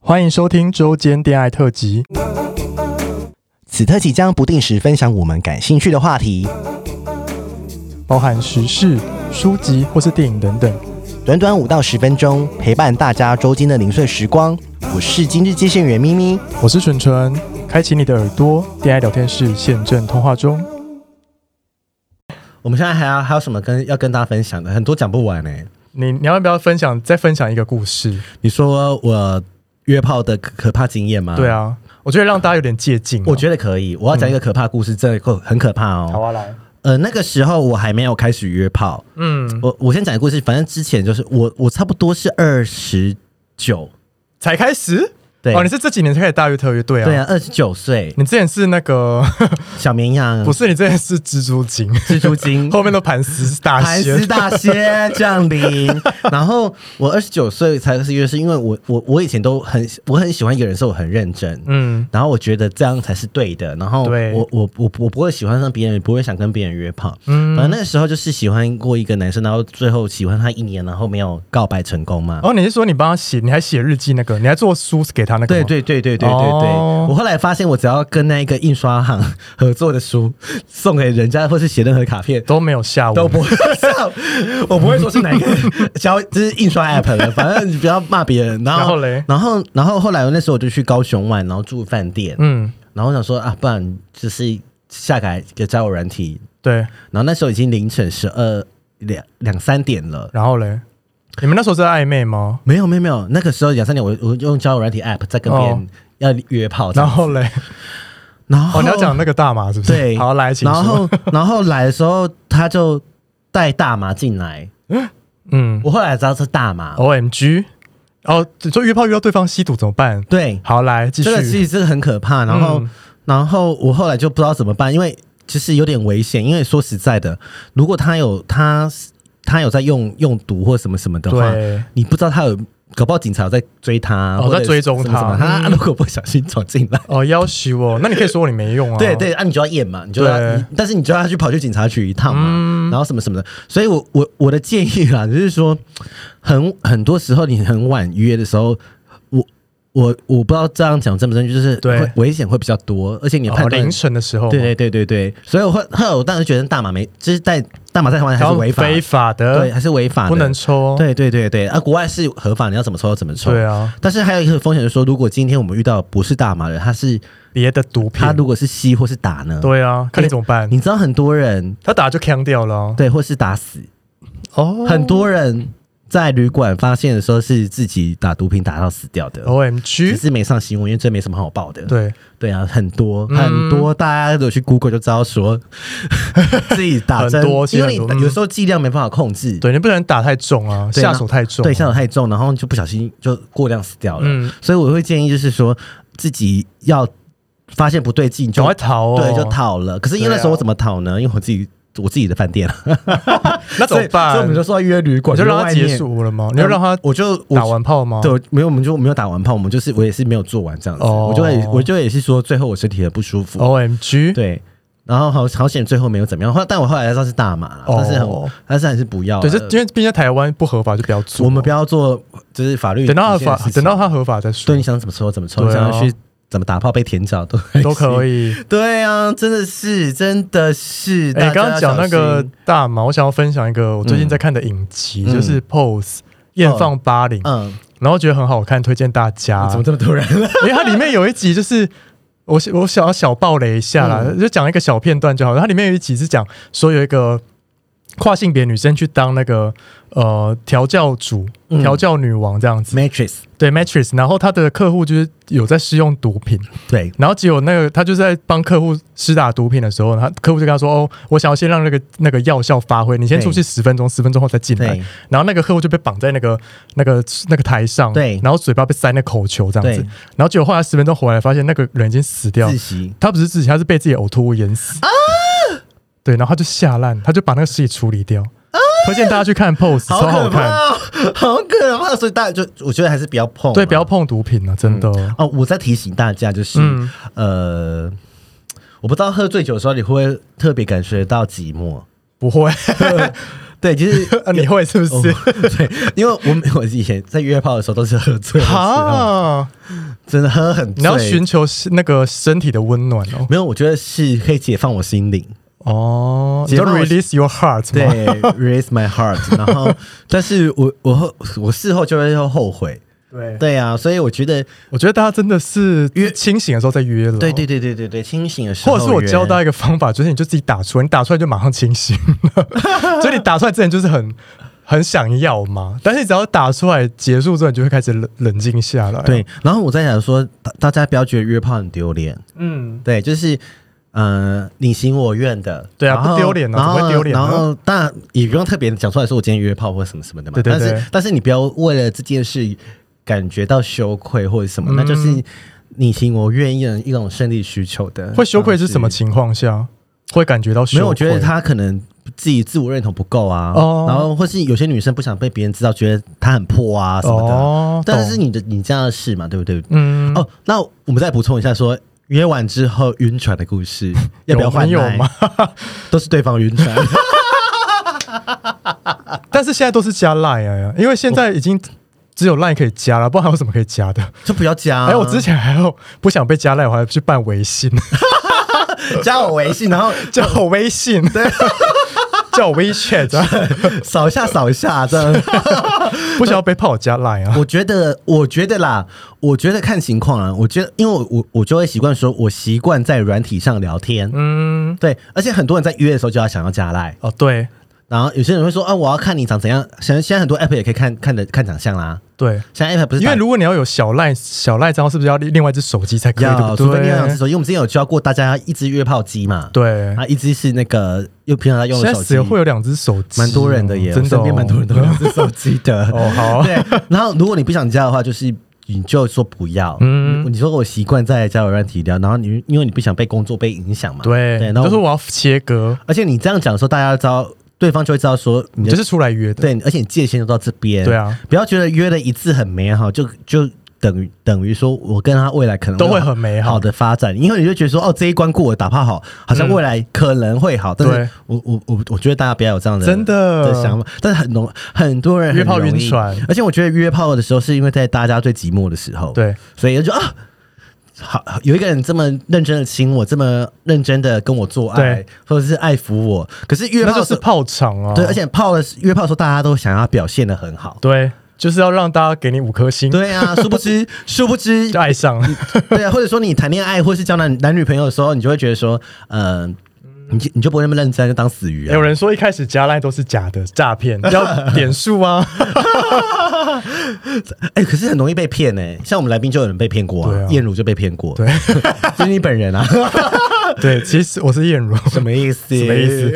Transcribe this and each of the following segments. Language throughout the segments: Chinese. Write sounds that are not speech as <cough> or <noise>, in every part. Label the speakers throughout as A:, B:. A: 欢迎收听周间恋爱特辑。
B: 此特辑将不定时分享我们感兴趣的话题，
A: 包含时事、书籍或是电影等等。
B: 短短五到十分钟，陪伴大家周间的零碎时光。我是今日接线员咪咪，
A: 我是纯纯，开启你的耳朵，恋爱聊天室现正通话中。
B: 我们现在还要还有什么跟要跟大家分享的？很多讲不完呢、欸
A: 你你要不要分享再分享一个故事？
B: 你说我约炮的可可怕经验吗？
A: 对，啊，我觉得让大家有点借鉴啊、
B: 我觉得可以。我要讲一个可怕故事，这个很可怕
A: 好
B: 哦。
A: 啊，来，
B: 呃，那个时候我还没有开始约炮，
A: 嗯，
B: 我我先讲一个故事。反正之前就是我我差不多是二十九，
A: 才开始。
B: 对
A: 哦，你是这几年才开始大约特约对啊？
B: 对啊，二十九岁，
A: 你之前是那 <laughs> 个
B: 小绵羊，
A: 不是？你之前是蜘蛛精， <laughs>
B: 蜘蛛精，
A: 后面都盘丝大
B: 盘丝
A: 仙。
B: 啊大 <laughs> 仙降临。然后我二十九岁才是约，是因为我我我以前都很我很喜欢一个人，是我很认真，
A: 嗯，
B: 然后我觉得这样才是对的。然后
A: 对
B: 我我我我不会喜欢上别人，也不会想跟别人约炮。
A: 嗯
B: 嗯，反正那个时候就是喜欢过一个男生，然后最后喜欢他一年，然后没有告白成功嘛。
A: 哦，你是说你帮他写，你还写日记那个，你还做书给他那个
B: 对
A: 吗？
B: 对对对对对对，
A: 哦
B: 我后来发现，我只要跟那一个印刷行合作的书送给人家，或是写任何卡片，
A: 都没有下文，
B: 都 <laughs> 不会笑，我不会说是哪一 <laughs> 个交，就是印刷 app 了，反正你不要骂别人。然后
A: 然后嘞
B: 然后然后后来那时候我就去高雄玩，然后住饭店，
A: 嗯，
B: 然后我想说啊，不然就是下载一个交友软体。
A: 对。
B: 然后那时候已经凌晨十二两两三点了。
A: 然后嘞，你们那时候是暧昧吗？
B: 没有没有没有，那个时候两三点我我用交友软体 app 在跟别人要约炮这
A: 然
B: 样子，
A: 后嘞，
B: 哦然后
A: 哦，你要讲那个大麻是不是？
B: 对，
A: 好来，请
B: 然
A: 说。
B: 后然后来的时候他就带大麻进来，
A: 嗯
B: 我后来知道是大麻，
A: ，O M G，哦，你说约炮遇到对方吸毒怎么办？
B: 对，
A: 好，来继
B: 这个其
A: 续。
B: 实真的很可怕。然后，
A: 嗯
B: 然后我后来就不知道怎么办，因为其实有点危险。因为说实在的，如果他有他他有在用用毒或什么什么的话，
A: 对，
B: 你不知道他有，搞不好警察有在追他，
A: 哦
B: 或者
A: 在追踪
B: 什么什么
A: 他
B: 他如果不小心闯进来。
A: 哦，要挟我，那你可以说我你没用啊。
B: 对，对，啊，你就要验嘛，你就要，
A: 对嗯
B: 你但是你就要去跑去警察局一趟嘛，然后什么什么的，所以我我我的建议啦，就是说，很很多时候你很晚约的时候，我我我不知道这样讲正不正确，就是
A: 对
B: 会危险会比较多，而且你的
A: 哦，
B: 判断、
A: 凌晨的时候嘛，
B: 对对对对对，所以我会后来我当时觉得大麻没，就是在大麻在台湾还
A: 然
B: 是
A: 后
B: 违法，
A: 非法
B: 对，
A: 的，
B: 还是违法的，
A: 不能抽哦。
B: 对对对对，啊，国外是合法，你要怎么抽就怎么抽，
A: 对啊，
B: 但是还有一个风险就是说，如果今天我们遇到不是大麻的，他是
A: 别的毒品
B: 他，如果是吸或是打呢？
A: 对啊，看你怎么办。
B: 你知道很多人
A: 他打就呛掉了啊。
B: 对，或是打死，
A: 哦
B: 很多人在旅馆发现的时候是自己打毒品打到死掉的，
A: O M
B: 只
A: G，
B: 是没上新闻，因为这没什么好报的。
A: 哦对，
B: 对啊，很多
A: 嗯
B: 很多，大家有去 Google 就知道
A: <laughs>
B: 说自己打针
A: 很多，其实
B: 因为
A: 很
B: 你
A: 多嗯
B: 有时候剂量没办法控制，
A: 对，你不能打太重啊，
B: 对
A: 下手太重啊，
B: 对，下手太重，然后就不小心就过量死掉了。
A: 嗯，
B: 所以我会建议就是说自己要发现不对劲
A: 赶
B: 就
A: 快逃哦，
B: 对就，逃了。可是因为那时候我怎么逃呢？因为我自己我自己的饭店了。
A: 那怎么办？
B: 所以所以我们就说要约旅馆，
A: 你就让
B: 约
A: 他
B: 外面
A: 结。束了吗？你就让他
B: 我就我
A: 打完炮吗？
B: 对，没有，我们就没有打完炮，我们就是我也是没有做完这样子。
A: 哦
B: 我就也我就也是说，最后我身体很不舒服。
A: ，O M G，
B: 对，然后好好险，最后没有怎么样。后但我后来才知道是大麻啦，
A: 哦
B: 但是很但是还是不要啦。啊
A: 对，这因为毕竟在台湾不合法就不要做，
B: 我们不
A: 要
B: 要做，就是法律
A: 等到他
B: 底线的
A: 合法，
B: 事情啊
A: 等到他合法再说
B: 对你，想怎么抽怎么抽，
A: 对啊
B: 想要去怎么打炮被舔脚都可以
A: 都可。以。
B: 对啊，真的是真的是。
A: 哎，你刚刚讲那个
B: 大家要小心
A: 大麻，我想要分享一个我最近在看的影集，
B: 嗯
A: 就是 Pose 艳放八零，
B: 嗯，
A: 然后觉得很好看，推荐大家
B: 你。怎么这么突然？
A: <laughs> 因为它里面有一集就是。我我想要小爆雷一下啦，
B: 嗯
A: 就讲一个小片段就好。它里面有一集是讲说有一个跨性别女生去当那个呃调教主、
B: 嗯
A: 调教女王这样子，
B: Matrix
A: 对 Matrix，然后她的客户就是有在试用毒品，
B: 对，
A: 然后结果那个他就在帮客户施打毒品的时候，他客户就跟他说：“哦，我想要先让那个那个药效发挥，你先出去十分钟，十分钟后再进来
B: 对。”
A: 然后那个客户就被绑在那个那个那个台上，
B: 对
A: 然后嘴巴被塞那口球这样子
B: 对。
A: 然后结果后来十分钟回来，发现那个人已经死掉
B: 自，习。
A: 他不是自己，他是被自己的呕吐物淹死啊！对，然后他就吓烂，他就把那个尸体处理掉。推荐大家去看 Pose，超好
B: 啊可怕
A: 看。
B: 哦，好可怕！所以大家就我觉得还是不要碰啊、
A: 对，不要碰毒品啊，真的。
B: 哦。我再提醒大家，就是、
A: 嗯
B: 呃，
A: <laughs>
B: <laughs> 我不知道喝醉酒的时候你会不会特别感觉到寂寞，
A: 不会，
B: 呃对，
A: <laughs>
B: 其实哦
A: 啊你会是不是？
B: <laughs> 对，因为我们我以前在约炮的时候都是喝醉的
A: <laughs>
B: 时候，
A: 啊，
B: 真的喝很醉。
A: 你要寻求是那个身体的温暖哦。
B: 没有，我觉得是可以解放我心灵，
A: 哦，你
B: 解
A: 就
B: 放我
A: release your heart
B: 对
A: 吗？ <laughs>
B: ，raise my heart。然后， <laughs> 但是我我后我事后就会后悔，
A: 对
B: 对啊，所以我觉得，
A: 我觉得大家真的是清醒的时候再约了。哦
B: 对对。对对对对，清醒的时候
A: 或
B: 约，
A: 者是我教大家一个方法，就是你就自己打出来，你打出来就马上清醒了。
B: <laughs>
A: 所以你打出来之前就是很很想要嘛，但是你只要打出来结束之后，你就会开始冷冷静下来。
B: 对，，然后我在想说，大大家不要觉得约炮很丢脸，
A: 嗯，
B: 对，就是嗯、呃你情我愿的，
A: 对啊
B: 然后
A: 不丢脸啊
B: 然后
A: 怎么会丢脸呢
B: 然后当然也不用特别讲出来说我今天约炮或什么什么的嘛，
A: 对对
B: 但
A: 对
B: 是但是你不要为了这件事感觉到羞愧或者什
A: 嗯
B: 么，那就是你情我愿一种一种胜利需求的，
A: 会羞愧是什么
B: 方式？
A: 情况下会感觉到羞愧？
B: 没有，我觉得他可能。自己自我认同不够啊，
A: 哦
B: 然后或是有些女生不想被别人知道，觉得她很破啊什么的啊，
A: 哦
B: 但是
A: 懂
B: 你的你这样的事嘛，对不对？
A: 嗯，
B: 哦，那我们再补充一下说。约完之后晕船的故事，要不要换
A: 有
B: 奶
A: 有吗？？
B: 都是对方晕船，
A: 但是现在都是加 line 啊，因为现在已经只有 line 可以加了，不然还有什么可以加的？
B: 就不要加、啊。
A: 哎、我之前还有不想被加 line，我还去办微信， <laughs>
B: 加我微信，然后
A: 叫我微信，对， <laughs> 叫我 WeChat，、啊、
B: <laughs> 扫一下扫一下，这样。
A: 不想要被炮友加 line 啊。
B: <laughs> 我觉得，我觉得啦，我觉得看情况啊。我觉得，因为我我我就会习惯说，我习惯在软体上聊天。
A: 嗯，
B: 对，而且很多人在约的时候就要想要加赖，
A: 哦，对
B: 然后有些人会说啊，我要看你长怎样。现在现在很多 app 也可以看看的看长相啦，
A: 对，
B: 现在 app 不是
A: 因为
B: 打
A: 如果你要有小赖小赖账号，是不是要另另外一只手机才可以？对
B: 要
A: 不
B: 除非你要两只
A: 对？
B: 手，因为我们之前有教过大家一只约炮机嘛，
A: 对，
B: 啊，一只是那个又平常在用
A: 现
B: 的
A: 在
B: 手
A: 谁
B: 机，
A: 会有两只手机哦？
B: 蛮多人的耶，
A: 真
B: 我
A: 的、
B: 身
A: 哦，。
B: 边蛮多人都有两只手机的
A: 哦，好，
B: <laughs> 对，然后如果你不想加的话，就是你就说不要。
A: 嗯
B: 嗯，你说我习惯在交友软体聊，然后你因为你不想被工作被影响嘛，
A: 对，
B: 对，然
A: 就是
B: 后
A: 我要切割，
B: 而且你这样讲的时候，大家知道对方就会知道说
A: 你
B: 你的
A: 就是出来约的，
B: 对，而且你界限就到这边，
A: 对啊，
B: 不要觉得约了一次很美好，就就。等于等于说，我跟他未来可能
A: 都会很美好
B: 好的发展，因为你就觉得说，哦，这一关过我打炮好，好像未来可能会好，但
A: 对
B: 是我我我我觉得大家不要有这样的
A: 真的
B: 的想法，但是很容很多人很
A: 约炮
B: 容易
A: 晕船
B: 而且我觉得约炮的时候是因为在大家最寂寞的时候，，
A: 对，
B: 所以就觉得啊，好有一个人这么认真的亲我，这么认真的跟我做爱
A: 对，
B: 或者是爱抚我，可是约
A: 那
B: 炮
A: 就
B: 的时
A: 是
B: 候
A: 炮场啊，
B: 对，而且泡了约炮的时候，大家都想要表现的很好。
A: 对，就是要让大家给你五颗星，<laughs>
B: 对啊，殊不知，殊不知
A: 就，爱
B: <laughs>
A: 上了。
B: 对啊，或者说你谈恋爱或是交男男女朋友的时候，你就会觉得说，嗯、你就你就不会那么认真，就当死鱼啊
A: 有。人说一开始加赖都是假的诈
B: <laughs>
A: 骗，要点数啊。
B: 哎、可是很容易被骗哎、像我们来宾就有人被骗过
A: 对
B: 啊
A: 啊，
B: 燕如就被骗过，
A: 对，
B: <laughs> 就是你
A: <laughs>
B: 本人啊，
A: <laughs> 对，其实我是燕如。
B: 什么意思？
A: 什么意
B: <laughs>
A: 思？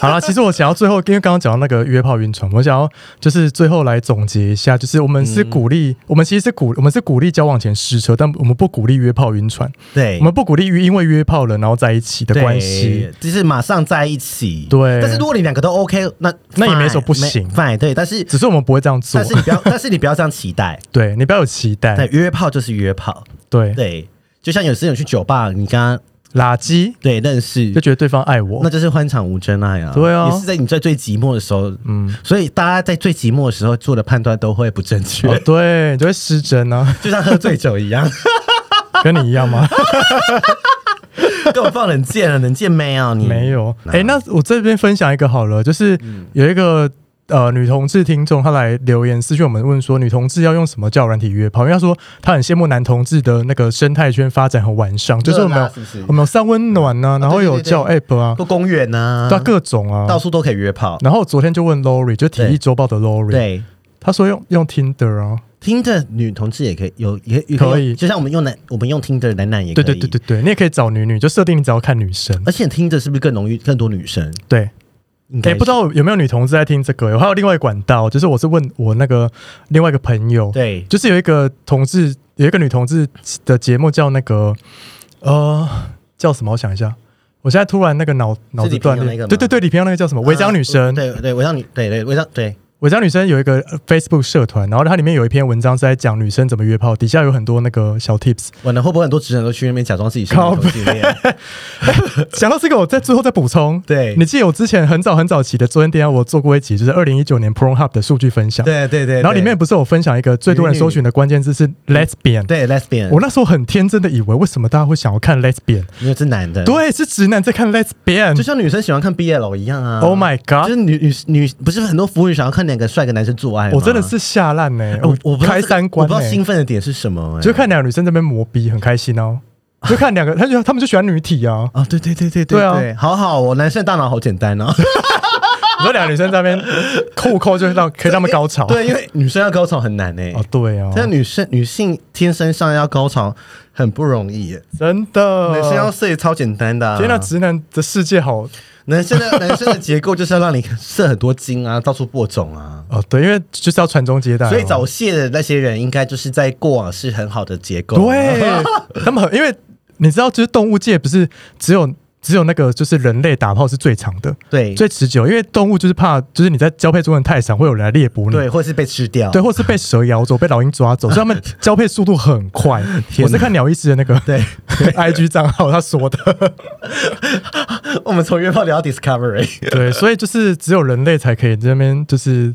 A: 好了，其实我想要最后，因为刚刚讲到那个约炮晕船，我想要就是最后来总结一下，就是我们是鼓励，
B: 嗯
A: 我们其实是鼓，我们是鼓励交往前试车，但我们不鼓励约炮晕船，
B: 对
A: 我，们不鼓励因为约炮了然后在一起的
B: 对
A: 关系。，
B: 就是马上在一起。
A: 对
B: 但是如果你两个都 OK，那
A: 那也
B: fine，
A: 没什么不行
B: 没 fine，对，但是
A: 只是我们不会这样做
B: 但，是你不要，但是你不要这样期待。
A: <laughs> 对你不要有期
B: 对，
A: 待，
B: 约炮就是约炮，
A: 对，
B: 对，就像有些人去酒吧，你跟他
A: 垃圾
B: 对认识
A: 就，觉得对方爱我
B: 那，就是欢场无真爱啊。
A: 对啊
B: 也是在你在最寂寞的时候，
A: 嗯，
B: 所以大家在最寂寞的时候做的判断都会不正确，
A: 哦，对，你就会失真
B: <laughs>
A: 啊，
B: 就像喝醉酒
A: <laughs>
B: 一样，
A: 跟你一样吗？
B: 根本放冷箭了，冷箭没有你
A: 没有。哎、那我这边分享一个好了，就是
B: 嗯
A: 有一个。呃，女同志听众她来留言私讯我们问说，女同志要用什么交友软体约炮？因为她说她很羡慕男同志的那个生态圈发展很完善，就是我们有
B: 热辣是不是哦
A: 我们有上温暖呐、然后有交友 app 啊，
B: 都公园啊，
A: 到各种啊。
B: 到处都可以约炮。
A: 然后我昨天就问 Lori，就体育周报的 Lori，
B: 对，
A: 她说用用 Tinder 啊，
B: 听着女同志也可以有，也也
A: 可以
B: 用就像我们用男，我们用听着男男也可
A: 对
B: 以。
A: 对对对。对，你也可以找女女，就设定你只要看女生，
B: 而且听着是不是更容易更多女生？
A: 对，
B: 应
A: 哎、
B: 该是
A: 不知道有没有女同志在听这个？有，还有另外一个管道，就是我是问我那个另外一个朋友，
B: 对
A: 就是有一个同志，有一个女同志的节目叫那个呃叫什么？我想一下，我现在突然那个脑脑子断
B: 李平遥那
A: 裂
B: 个，吗
A: 对对对，李平遥那个叫什么？违章女
B: 啊
A: 生，
B: 对对，违章女，对对违章，对
A: 我家女生有一个呃 Facebook 社团，然后它里面有一篇文章是在讲女生怎么约炮，底下有很多那个小
B: <laughs>
A: tips。
B: 完了，会不会很多直男都去那边假装自己是女同性恋？
A: <laughs> 讲到这个，我在最后再补充。
B: 对
A: 你记得我之前很早很早期的昨天电话，我做过一集，就是二零一九年 Pornhub 的数据分享。
B: 对对对对
A: 然后里面不是有分享一个最多人搜寻的关键字是 lesbian。，
B: 对 lesbian，
A: 我那时候很天真的以为，为什么大家会想要看 lesbian？
B: 因为是男的，，
A: 对，是直男在看 lesbian。
B: 就像女生喜欢看 BL 一样啊。
A: Oh my
B: 就
A: god！
B: 是女女女不是很多腐女想要看两个帅哥男生做爱吗
A: 我真的是吓烂呢，
B: 哎我我不知道
A: 开
B: 这个
A: 三观
B: 我不知道
A: 呢，
B: 兴奋的点是什么、欸，
A: 就看两个女生在那边磨逼，很开心哦。就看两个，他就他们就喜欢女体
B: <laughs>
A: 啊。
B: 啊、对对对对
A: 对啊
B: 对，好好哦，男生的大脑好简单哦。
A: 你说两个女生在那边扣扣，就让可以让他们高潮。
B: 对，因为女生要高潮很难诶、
A: 哦，对啊，
B: 但女生女性天生上要高潮很不容易耶，
A: 真的。
B: 男生要射也超简单的、啊。
A: 呃天呐，直男的世界好
B: 男生的 <laughs> 男生的结构就是要让你射很多精啊，到处播种啊。
A: 哦，对，因为就是要传宗接代哦，
B: 所以早泄的那些人，应该就是在过往是很好的结构。啊
A: 对
B: <laughs>
A: 他们很，因为你知道，就是动物界不是只有只有那个就是人类打炮是最长的、
B: 对
A: 最持久，因为动物就是怕就是你在交配中的太长，会有人来猎捕你。
B: 对，或是被吃掉。
A: 对，或是被蛇咬走、被老鹰抓走，所以他们交配速度很快。我是看鸟医师的那个
B: 对
A: IG 账号他说的，
B: 我们从约炮聊到 discovery，
A: <laughs> 对，所以就是只有人类才可以在那边就是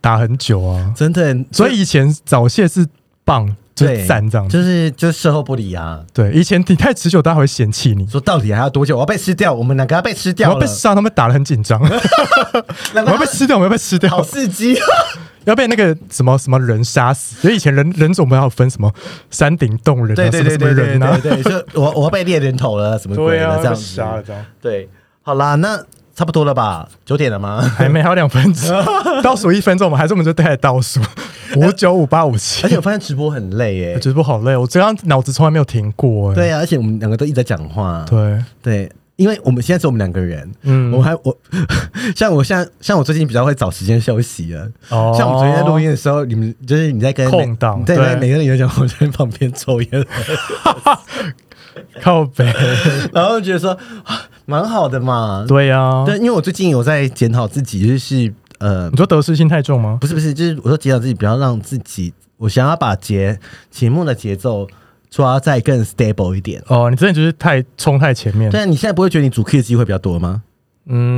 A: 打很久啊。
B: 真的，
A: 所以以前早泄是棒，就是
B: 对
A: 赞这样子。
B: 就是就是事后不理啊。
A: 对，以前你太持久，大家会嫌弃你。
B: 说到底还要多久？我要被吃掉，我们两个要被吃
A: 我
B: 掉
A: 要被
B: 了，
A: 杀，他们打得很紧张。
B: 两
A: 我
B: 个
A: 要被吃掉，我要被吃
B: 好
A: <laughs> 掉，
B: 刺激。
A: 要被那个什么什么人杀死。所以以前人人种不还有分什么山顶洞人
B: 对
A: 啊，什
B: 对
A: 么
B: 对
A: 什么
B: 对对
A: 人啊
B: 对，对，就我我要被猎人头了，什么鬼
A: 对
B: 的
A: 啊，
B: 这样子。
A: 这样。
B: 对，好啦，那差不多了吧？九点了吗？ <laughs>
A: 还没，还有两分钟，倒数一分钟，我们还是我们就带倒
B: <laughs>
A: 数五九五八五七
B: 而。且我发现直播很累耶
A: 我。直播好累，我这样脑子从来没有停过、哎
B: 对啊，而且我们两个都一直在讲话。
A: 对，
B: 对，因为我们现在只有我们两个人，
A: 嗯
B: 嗯，我还我 <laughs> 像我像像我最近比较会找时间休息了。
A: 哦
B: 像我们昨天在录音的时候，你们就是你在跟每
A: 空档
B: 你在
A: 对
B: 每个人有讲，我在旁边
A: <laughs>
B: 抽烟，
A: 哦靠北，
B: 然后觉得说啊蛮好的嘛。
A: 对呀、啊，
B: 对，因为我最近有在检讨自己，就是呃
A: 你，说得失心太重吗？
B: 不是不是，就是我说检讨自己，不要让自己，我想要把节节目的节奏抓再更 stable 一点。
A: 哦，你真的就是太冲太前面，
B: 对啊，你现在不会觉得你主 key 的机会比较多吗？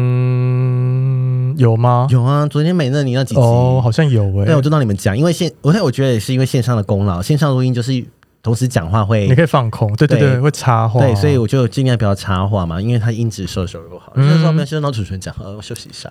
A: 嗯，有吗？
B: 有啊，昨天美乐你那几集，
A: 哦，好像有哎、
B: 对，我就让你们讲，因为线，我我觉得也是因为线上的功劳，线上录音就是同时讲话会
A: 你。可以放空，对对对，
B: 对
A: 会插话，
B: 对，所以我就尽量不要插话嘛，因为它音质收手又好。
A: 嗯
B: 就是说，没有先让主持人讲，呃，我休息
A: <laughs>
B: 一下。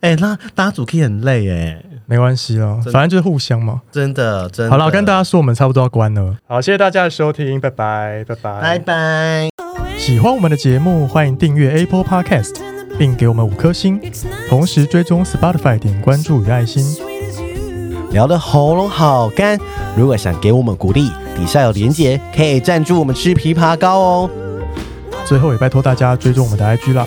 B: 哎、那大家主 key 很累哎，
A: 没关系啦，反正就是互相嘛。
B: 真的真的。
A: 好了，我跟大
B: 家
A: 家说，我们差不多要关了。好，谢谢大家的收听，拜拜，拜拜，
B: 拜拜。
A: 喜欢我们的节目，欢迎订阅 Apple Podcast，并给我们五颗星，同时追踪 Spotify 点关注与爱心。
B: 聊得喉咙好干。如果想给我们鼓励，底下有连结，可以赞助我们吃枇杷膏哦。
A: 最后也拜托大家追踪我们的 IG 啦，